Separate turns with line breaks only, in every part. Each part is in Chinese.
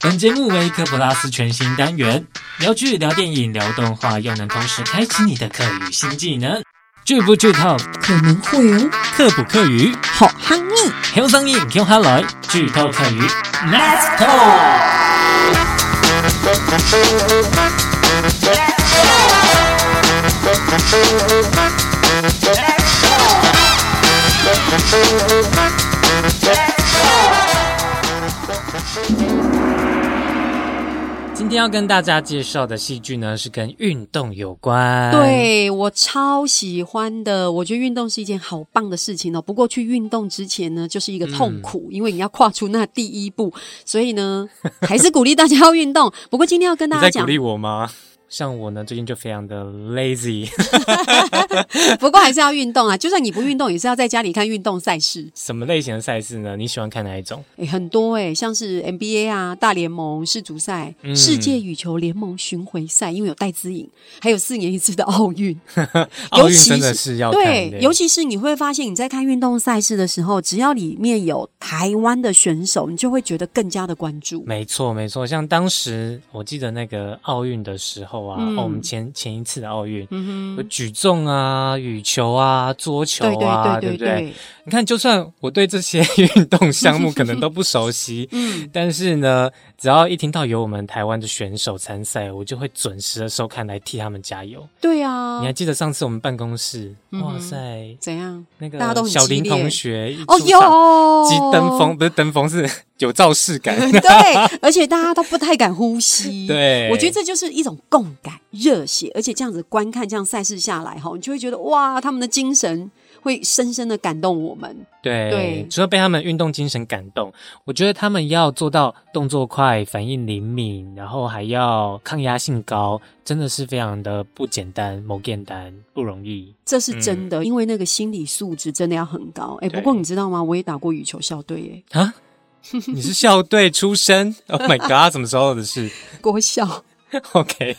本节目为科普拉斯全新单元，聊剧、聊电影、聊动画，又能同时开启你的课语新技能。剧不剧透，
可能会有
课不课语，
好汉语。
听声音听下来，剧透课语，Let's go！今天要跟大家介绍的戏剧呢，是跟运动有关。，
对我超喜欢的，我觉得运动是一件好棒的事情哦。不过去运动之前呢，就是一个
嗯
痛苦，因为你要跨出那第一步，所以呢，还是鼓励大家要运动。不过今天要跟大
你
家
在鼓
讲，
励我吗？像我呢，最近就非常的 lazy，
不过还是要运动啊。就算你不运动，也是要在家里看运动赛事。
什么类型的赛事呢？你喜欢看哪一种？
诶，很多诶，像是 NBA 啊、大联盟世足赛、
嗯
世界羽球联盟巡回赛，因为有戴资颖，还有四年一次的奥运。
奥
尤
运
其
真的
是
是要看
对
的，
尤其是你会发现你在看运动赛事的时候，只要里面有台湾的选手，你就会觉得更加的关注。
没错，没错。像当时我记得那个奥运的时候啊，
嗯
哦我们前前一次的奥运，
嗯
有举重啊、羽球啊、桌球
对
啊，
对对
不
对
对？你看，就算我对这些 运动项目可能都不熟悉，
嗯，
但是呢，只要一听到有我们台湾的选手参赛，我就会准时的收看来替他们加油。
对啊
你还，记得上次我们办公室，
嗯哼
哇塞，
怎样？
那个
大家都很
小
激
林
烈
同学一
哦，
出场
有
即登峰，。不是登峰，是 有造势感。
对，而且大家都不太敢呼吸。
对
我觉得这就是一种共感、热血，而且这样子观看这样赛事下来哈，你就会觉得哇，他们的精神会深深的感动我们。
对，
对
除了被他们运动精神感动，我觉得他们要做到动作快、反应灵敏，然后还要抗压性高，真的是非常的不简单，某简单不容易。
这是真的，因为那个心理素质真的要很高。哎、
嗯对
不过你知道吗？我也打过羽球校队、
啊，你是校队出身？Oh my god，什么时候的事
哎，国
啊
校。
？OK，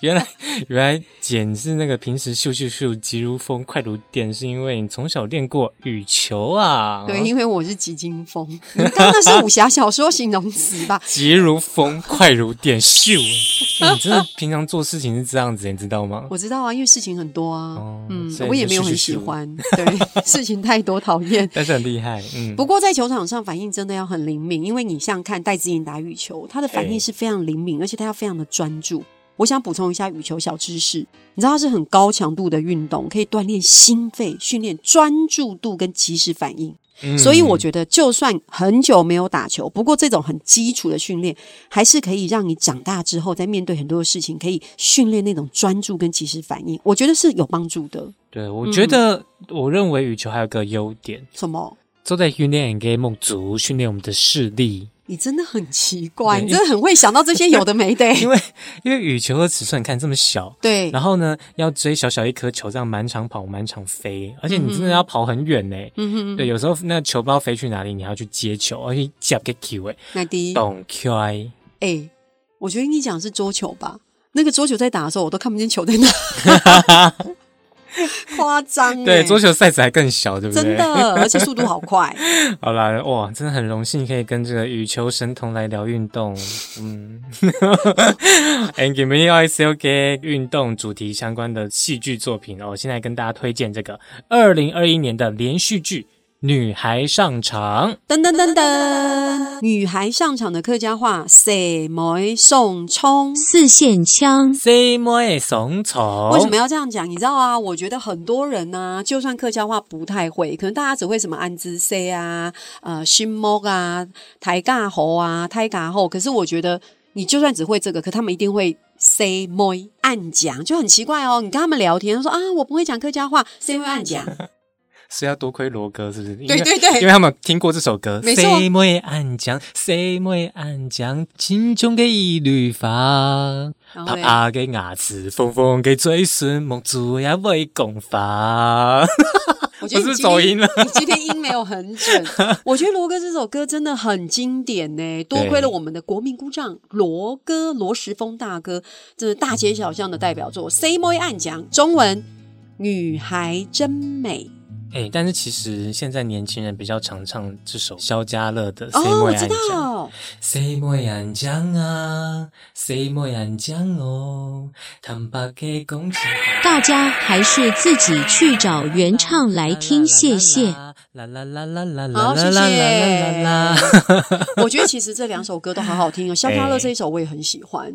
原 来原来简是那个平时咻咻咻急如风快如电，是因为你从小练过羽球啊？？
对，，因为我是急惊风，你刚刚那是武侠小说形容词吧
急如风快如电，咻！你真的平常做事情是这样子，你知道吗？
我知道啊，因为事情很多啊，
哦
嗯
所以，
我
你
也
就
没有
咻
很
咻
喜
咻
欢，对，事情太多，讨厌。
但是很厉害，嗯，
不过在球场上反应真的要很灵敏，因为你像看戴资颖打羽球，她的反
哎
应是非常灵敏，而且她要非常的专注。我想补充一下羽球小知识，你知道它是很高强度的运动，可以锻炼心肺，训练专注度跟及时反应。
嗯
所以我觉得，就算很久没有打球，不过这种很基础的训练，还是可以让你长大之后，在面对很多的事情，可以训练那种专注跟及时反应。我觉得是有帮助的。
对，
嗯
我觉得我认为羽球还有个优点，
什么？
都在训练 game 梦足，训练我们的视力，
你真的很奇怪，
对
你真的很会想到这些有的没的、
因为因为羽球的尺寸你看这么小。
对，
然后呢，要追小小一颗球，这样满场跑，满场飞，而且你真的要跑很远呢、
嗯哼，
对，有时候那球不知道飞去哪里，你还要去接球，而且夹个球哎，
那第一，哎、
懂 Q
我觉得你讲的是桌球吧？那个桌球在打的时候，我都看不见球在哪， 夸张、欸。
对，桌球欸赛子还更小，对不对？
真的，而且速度好快。
好啦，哇，真的很荣幸可以跟这个羽球神童来聊运动。嗯 ，and give me I C O 给运动主题相关的戏剧作品哦。现在跟大家推荐这个二零二一年的连续剧《女孩上场》。
噔噔噔噔，女孩上场的客家话，谁梅送冲。
四线腔。
C 莫的怂从
为什么要这样讲？你知道啊？我觉得很多人呢、就算客家话不太会，可能大家只会什么安之 C 啊、呃新摸啊、台尬喉啊、台尬喉。可是我觉得，你就算只会这个，可他们一定会 C 摸暗讲，就很奇怪哦。你跟他们聊天，他说啊，我不会讲客家话，C 会暗讲，
是要多亏罗哥，是不是？
对
因为
对对
因为他们有听过这首歌。
没错
谁会按讲？谁会按讲？心中的一缕发，
然后
啪
嘞，
啪给牙齿，缝缝给嘴唇，梦主也未共发。
我觉得
我
你
是
今
走
天
音了
你今天音没有很 准。我觉得罗哥这首歌真的很经典呢，多亏了我们的国民姑丈罗哥罗时丰大哥，这大街小巷的代表作《C 妹暗讲》中文，女孩真美。
哎、但是其实现在年轻人比较常唱这首萧家乐的《谁
哦，
莫
我
安
知
讲》。
道，
谁莫安讲啊？谁莫安讲哦？坦白给讲出来
大家还是自己去找原唱来听，谢谢。。
啦啦啦啦啦啦
好，
啦
谢
啦啦啦啦啦。
谢。 我觉得其实这两首歌都好好听哦，《肖家乐》这一首我也很喜欢。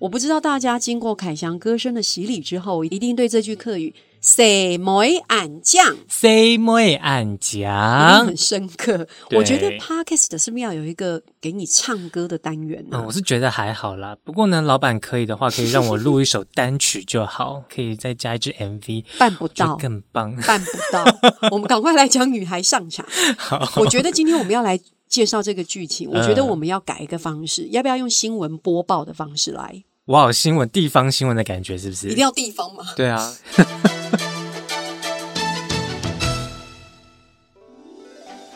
我不知道大家经过凯翔歌声的洗礼之后，一定对这句客语“谁没俺酱
谁莫安”
一定
讲
很？深刻。
啊对
我觉得 Podcast 是不是要有一个给你唱歌的单元啊呢、
嗯，我是觉得还好啦。不过呢，老板可以的话，可以让我录一首单曲就 好，可以再加一支 MV，
办不
就
到，
更棒。
办不到。我们赶快来讲女孩上场。我觉得今天我们要来介绍这个剧情，我觉得我们要改一个方式，要不要用新闻播报的方式来？
哇，新闻地方新闻的感觉是不是？
一定要地方吗？
对 啊。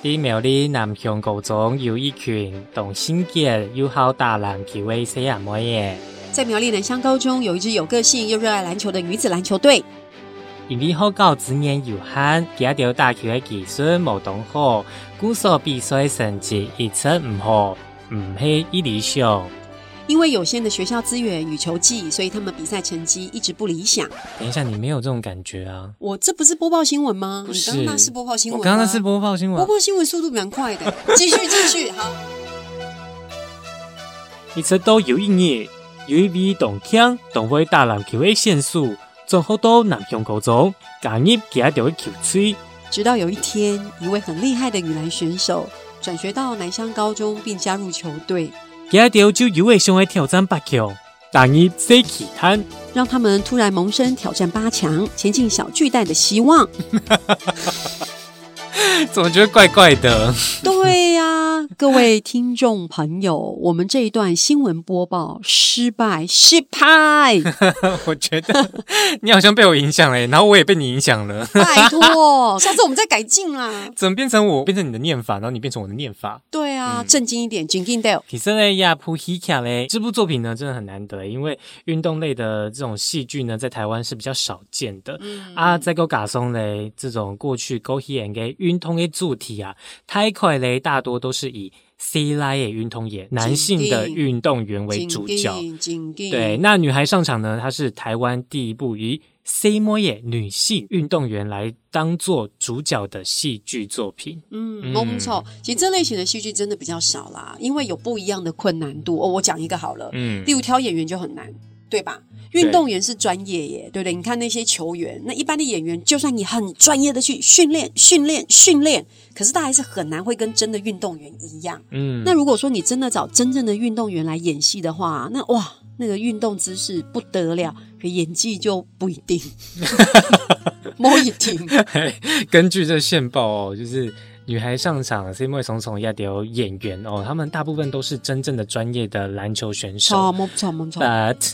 伫苗栗南雄高中有一群同性格友好打篮球的小阿妹耶，
在苗栗南乡高中有一支有个性又热爱篮球的女子篮球队，
因为好教资源有限，加着打球的技术无同好，故所比赛成绩一直唔好，唔系一理想。
因为有限的学校资源与球技，所以他们比赛成绩一直不理想。
等一下，你没有这种感觉啊？
我这不是播报新闻吗？
不
你
是
刚刚那是播报新闻
我
吗，
刚刚那是播报新闻
播，报新闻速度蛮快 的。继续继续，好，
一直都有一年，有一位同乡同位打篮球的选手，从好到南雄高中，加入加到球队。
直到有一天，一位很厉害的女篮选手转学到南乡高中并加入球队，
加到就有位想要挑战八强，但伊西其他
让他们突然萌生挑战八强、前进小巨蛋的希望。
怎么觉得怪怪的？
对呀、各位听众朋友， 我们这一段新闻播报失败，失 败，
我觉得你好像被我影响了耶，欸然后我也被你影响了，
拜托，下次我们再改进啦。
怎么变成我变成你的念法，然后你变成我的念法？
对啊，正经一点，紧进点。
其实呢，亚普希卡嘞，这部作品呢真的很难得，欸因为运动类的这种戏剧呢，在台湾是比较少见的。
嗯
啊，再个嘎松嘞，这种过去勾起演给运动的主体啊，太快嘞，大多都是以 C 来也运动也男性的运动员为主角。
紧紧进
对，，那女孩上场呢，她是台湾第一部以 C 摩耶女性运动员来当做主角的戏剧作品。
嗯，蒙丑。其实这类型的戏剧真的比较少啦，因为有不一样的困难度。哦，我讲一个好了，
嗯
例如挑演员就很难，对吧？
对
运动员是专业耶，对不对？你看那些球员，那一般的演员，就算你很专业的去训练、训练、训练，可是他还是很难会跟真的运动员一样。
嗯，
那如果说你真的找真正的运动员来演戏的话，那哇，那个运动姿势不得了，可演技就不一 定， 不一定。
根据这线报哦，就是女孩上场 C 位总统亚迪有演员哦，他们大部分都是真正的专业的篮球选
错，
手
没错，哦 没错。
，but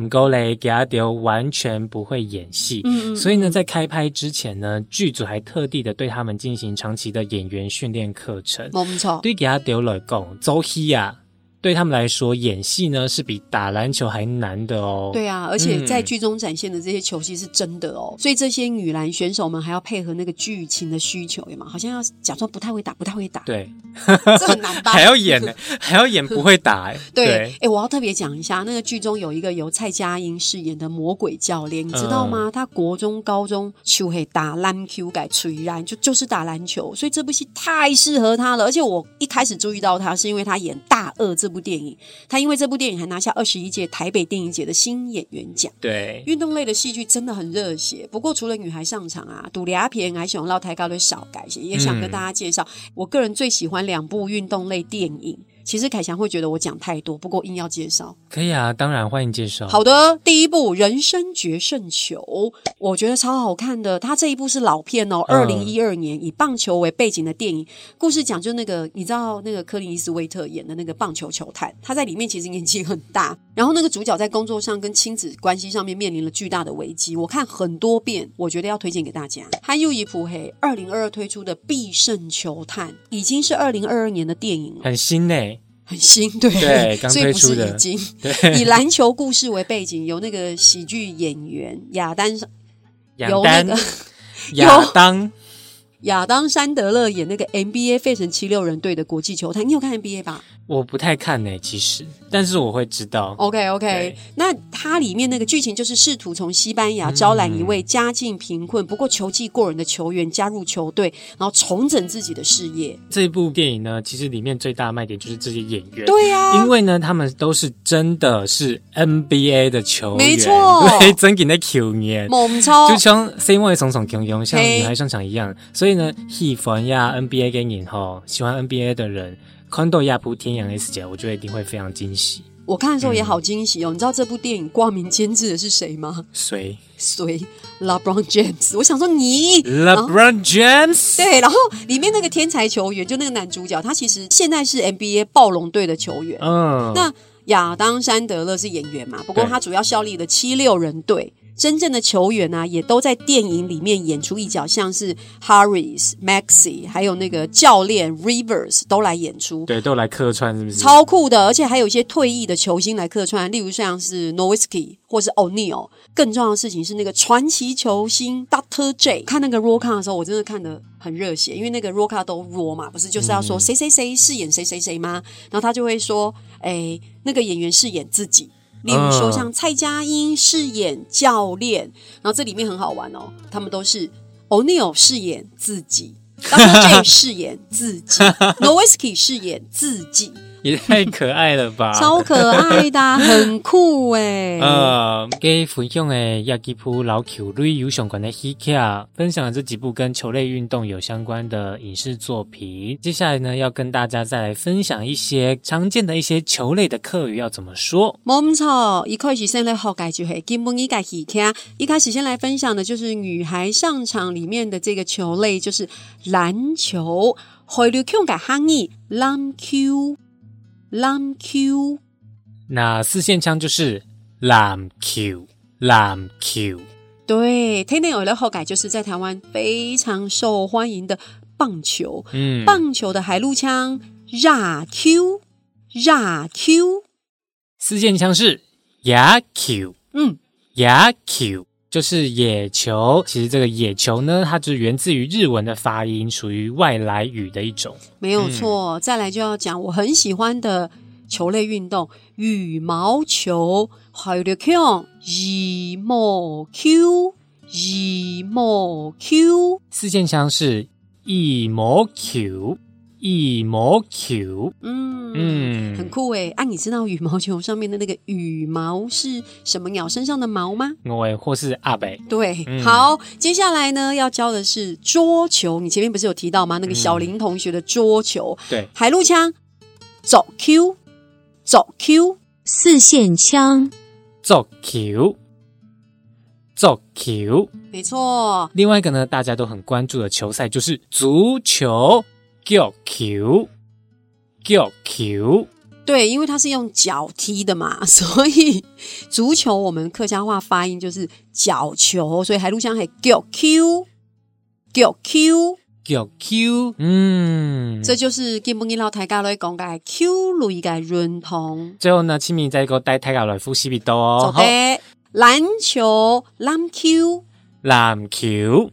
唔够嘞，给亚迪完全不会演戏。
嗯
所以呢，在开拍之前呢，剧组还特地的对他们进行长期的演员训练课程。
没错。
对给他丢了讲，周希啊，对他们来说，演戏呢是比打篮球还难的哦。
对啊，而且在
嗯
剧中展现的这些球技是真的哦，所以这些女篮选手们还要配合那个剧情的需求嘛，好像要假装不太会打，不太会打，
对，
这很难吧？
还要演呢，还要演不会打哎。
对，哎、我要特别讲一下，那个剧中有一个由蔡佳音饰演的魔鬼教
嗯
练，你知道吗？他国中、高中球嘿打篮球，改虽然就就是打篮球，所以这部戏太适合他了。而且我一开始注意到他，是因为他演《大二》这部电影，他因为这部电影还拿下二十一届台北电影节的新演员奖。
对，
运动类的戏剧真的很热血，不过除了女孩上场啊，独俩片还想绕台高的小改些，也想跟大家介绍，我个人最喜欢两部运动类电影。其实凯翔会觉得我讲太多，不过硬要介绍。
可以啊，当然欢迎介绍。
好的，第一部《人生决胜球》，我觉得超好看的。它这一部是老片哦，二
嗯
零一二年以棒球为背景的电影，故事讲就那个你知道那个科林伊斯威特演的那个棒球球探，他在里面其实年纪很大，然后那个主角在工作上跟亲子关系上面面临了巨大的危机。我看很多遍，我觉得要推荐给大家。还有一部嘿，二零二二推出的《必胜球探》，已经是二零二二年的电影了。
很新呢，
很新，对，
对刚
所以
推
不
出
是
的
已 经以篮球故事为背景，由那个喜剧演员亚丹，
杨
有那
丹
个、
亚当，
亚当·山德勒演那个 NBA 费城七六人队的国际球探，你有看 NBA 吧
我不太看呢、其实，但是我会知道。
？OK OK，
对
那它里面那个剧情就是试图从西班牙招揽一位
嗯
家境贫困、不过球技过人的球员加入球队，然后重整自己的事业。
这部电影呢，其实里面最大的卖点就是这些演员。
对啊呀、
因为呢，他们都是真的是 NBA 的球员，
没错
对，真给那球员，
猛超
就像 C 位从从琼琼像
哦嘿
女孩上场一样，所以呢，喜欢呀 NBA 跟影后，喜欢 NBA 的人，看到亚普天阳 S 姐，我觉得一定会非常惊喜。
我看的时候也
嗯
好惊喜哦！你知道这部电影挂名监制的是谁吗？
谁
谁？LeBron James。我想说你，
？LeBron James，
对，然后里面那个天才球员，就那个男主角，他其实现在是 NBA 暴龙队的球员。
嗯，
哦那亚当·山德勒是演员嘛？不过
对
他主要效力的七六人队，真正的球员呢、也都在电影里面演出一角，像是 Harris、Maxi，还有那个教练 Rivers 都来演出。
对，都来客串是不是？
超酷的，而且还有一些退役的球星来客串，例如像是 Nowitzki 或是 O'Neal。更重要的事情是，那个传奇球星 Dr. J 看那个 Roca 的时候，我真的看得很热血，因为那个 Roca 都 Ro 嘛，不是就是要
嗯
说谁谁谁饰演谁谁谁吗？然后他就会说，哎，那个演员饰演自己。例如说，
嗯
像蔡佳音饰演教练，然后这里面很好玩哦，他们都是 O'Neal 饰演自己 d r J 饰演自己，Nowitzki 饰演自己，
也太可爱了吧！
超可爱的啊，很酷哎、
呃，给分享的亚基普老球类有相关的喜剧啊，分享了这几部跟球类运动有相关的影视作品。接下来呢，要跟大家再来分享一些常见的一些球类的课语要怎么说。
冇唔错，一开始先来学改就系根本一改起听。一开始先来分享的就是《女孩上场》里面的这个球类，就是篮球。回流 Q 改汉译篮球，篮球。
那四线腔就是篮球，篮球。
对，天天有了后改，就是在台湾非常受欢迎的棒球。
嗯，
棒球的海陆腔炸 Q，炸 Q。
四线腔是野球，
嗯，
野球就是野球。其实这个野球呢，它就是源自于日文的发音，属于外来语的一种。
没有
嗯
错。再来就要讲我很喜欢的球类运动——羽毛球。还有的 Q 羽毛球，羽毛球。
四线腔是一毛球，一毛球。
嗯
嗯
很酷诶。啊，你知道羽毛球上面的那个羽毛是什么鸟身上的毛吗？
我诶，或是阿北，
对，
嗯
好，接下来呢要教的是桌球。你前面不是有提到吗？那个小林同学的桌球，
对，
海陆腔，走 Q，走 Q。
四线腔、
足球，足球。
没错，
另外一个呢，大家都很关注的球赛就是足球，脚球，脚球。
对，因为它是用脚踢的嘛， 所以足球我们客家话发音就是脚球，所以海陆腔还 Q Q Q Q，
脚球，嗯，
这就是根本一老台家来讲个 Q 类个润同。
最后呢，清明再给我带泰加来复习笔多
走
哦。好，
的篮球篮球，
篮球、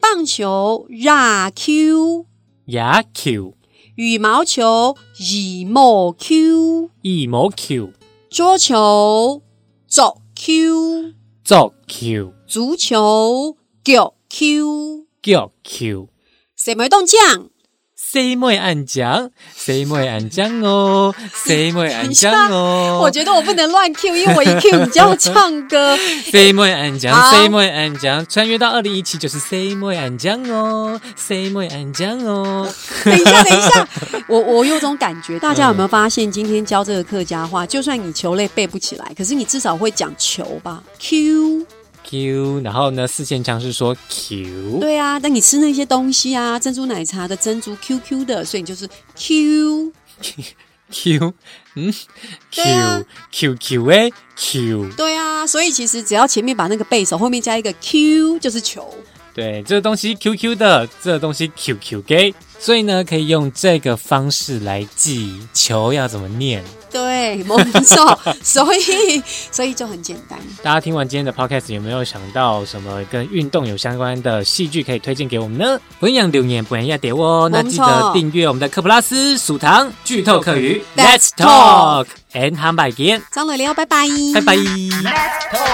棒球拉 Q，
野球、
羽毛球羽毛 Q，
一毛球、
桌球走 Q，
足球、
足球脚 Q，
脚球。
什么动酱？
谁妹安讲？谁妹安讲 哦？谁妹安讲哦？
我觉得我不能乱 Q，因为我一 Q 你就要唱歌。
谁妹安讲？
好
谁妹安讲？穿越到二零一七就是谁妹安讲哦？谁妹安讲哦？
等一下，等一下，我我有种感觉，大家有没有发现，今天教这个客家话，就算你球类背不起来，可是你至少会讲球吧？Q，
Q，然后呢？四线腔是说 Q，
对啊，但你吃那些东西啊，珍珠奶茶的珍珠 QQ 的，所以你就是 Q。
Q，嗯
对啊
，Q Q Q 诶 Q，
对啊，所以其实只要前面把那个背手，后面加一个 Q 就是球。
对，这个东西 QQ 的，这个东西 QQ 给，所以呢，可以用这个方式来记球要怎么念。
对，蒙咒，所以 所以就很简单。
大家听完今天的 podcast，有没有想到什么跟运动有相关的戏剧可以推荐给我们呢？文养留言不要点哦，那
没
记
错
得订阅我们的科普拉斯鼠堂剧透课语
Let's
Talk and 韩百见，
张磊要拜拜，
拜拜。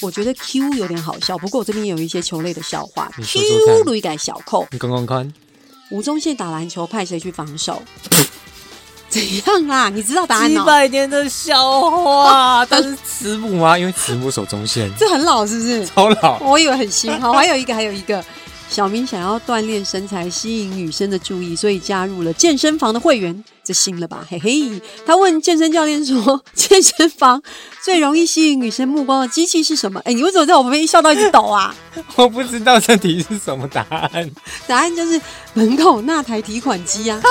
我觉得 Q 有点好笑，不过我这边有一些球类的笑话。
你说说看
Q 鲁一改小扣，
你公公看，
吴宗宪打篮球派谁去防守？怎样啦？你知道答案
几
哦？
百年的笑 话，但是慈母吗？因为慈母手中线，
这很老是不是？
超老。
我以为很新。好，还有一个，还有一个，小明想要锻炼身材，吸引女生的注意，所以加入了健身房的会员。这新了吧？嘿嘿。他问健身教练说：“健身房最容易吸引女生目光的机器是什么？”哎，你为什么在我旁边一笑到一直抖啊？
我不知道这题是什么答案。
答案就是门口那台提款机啊。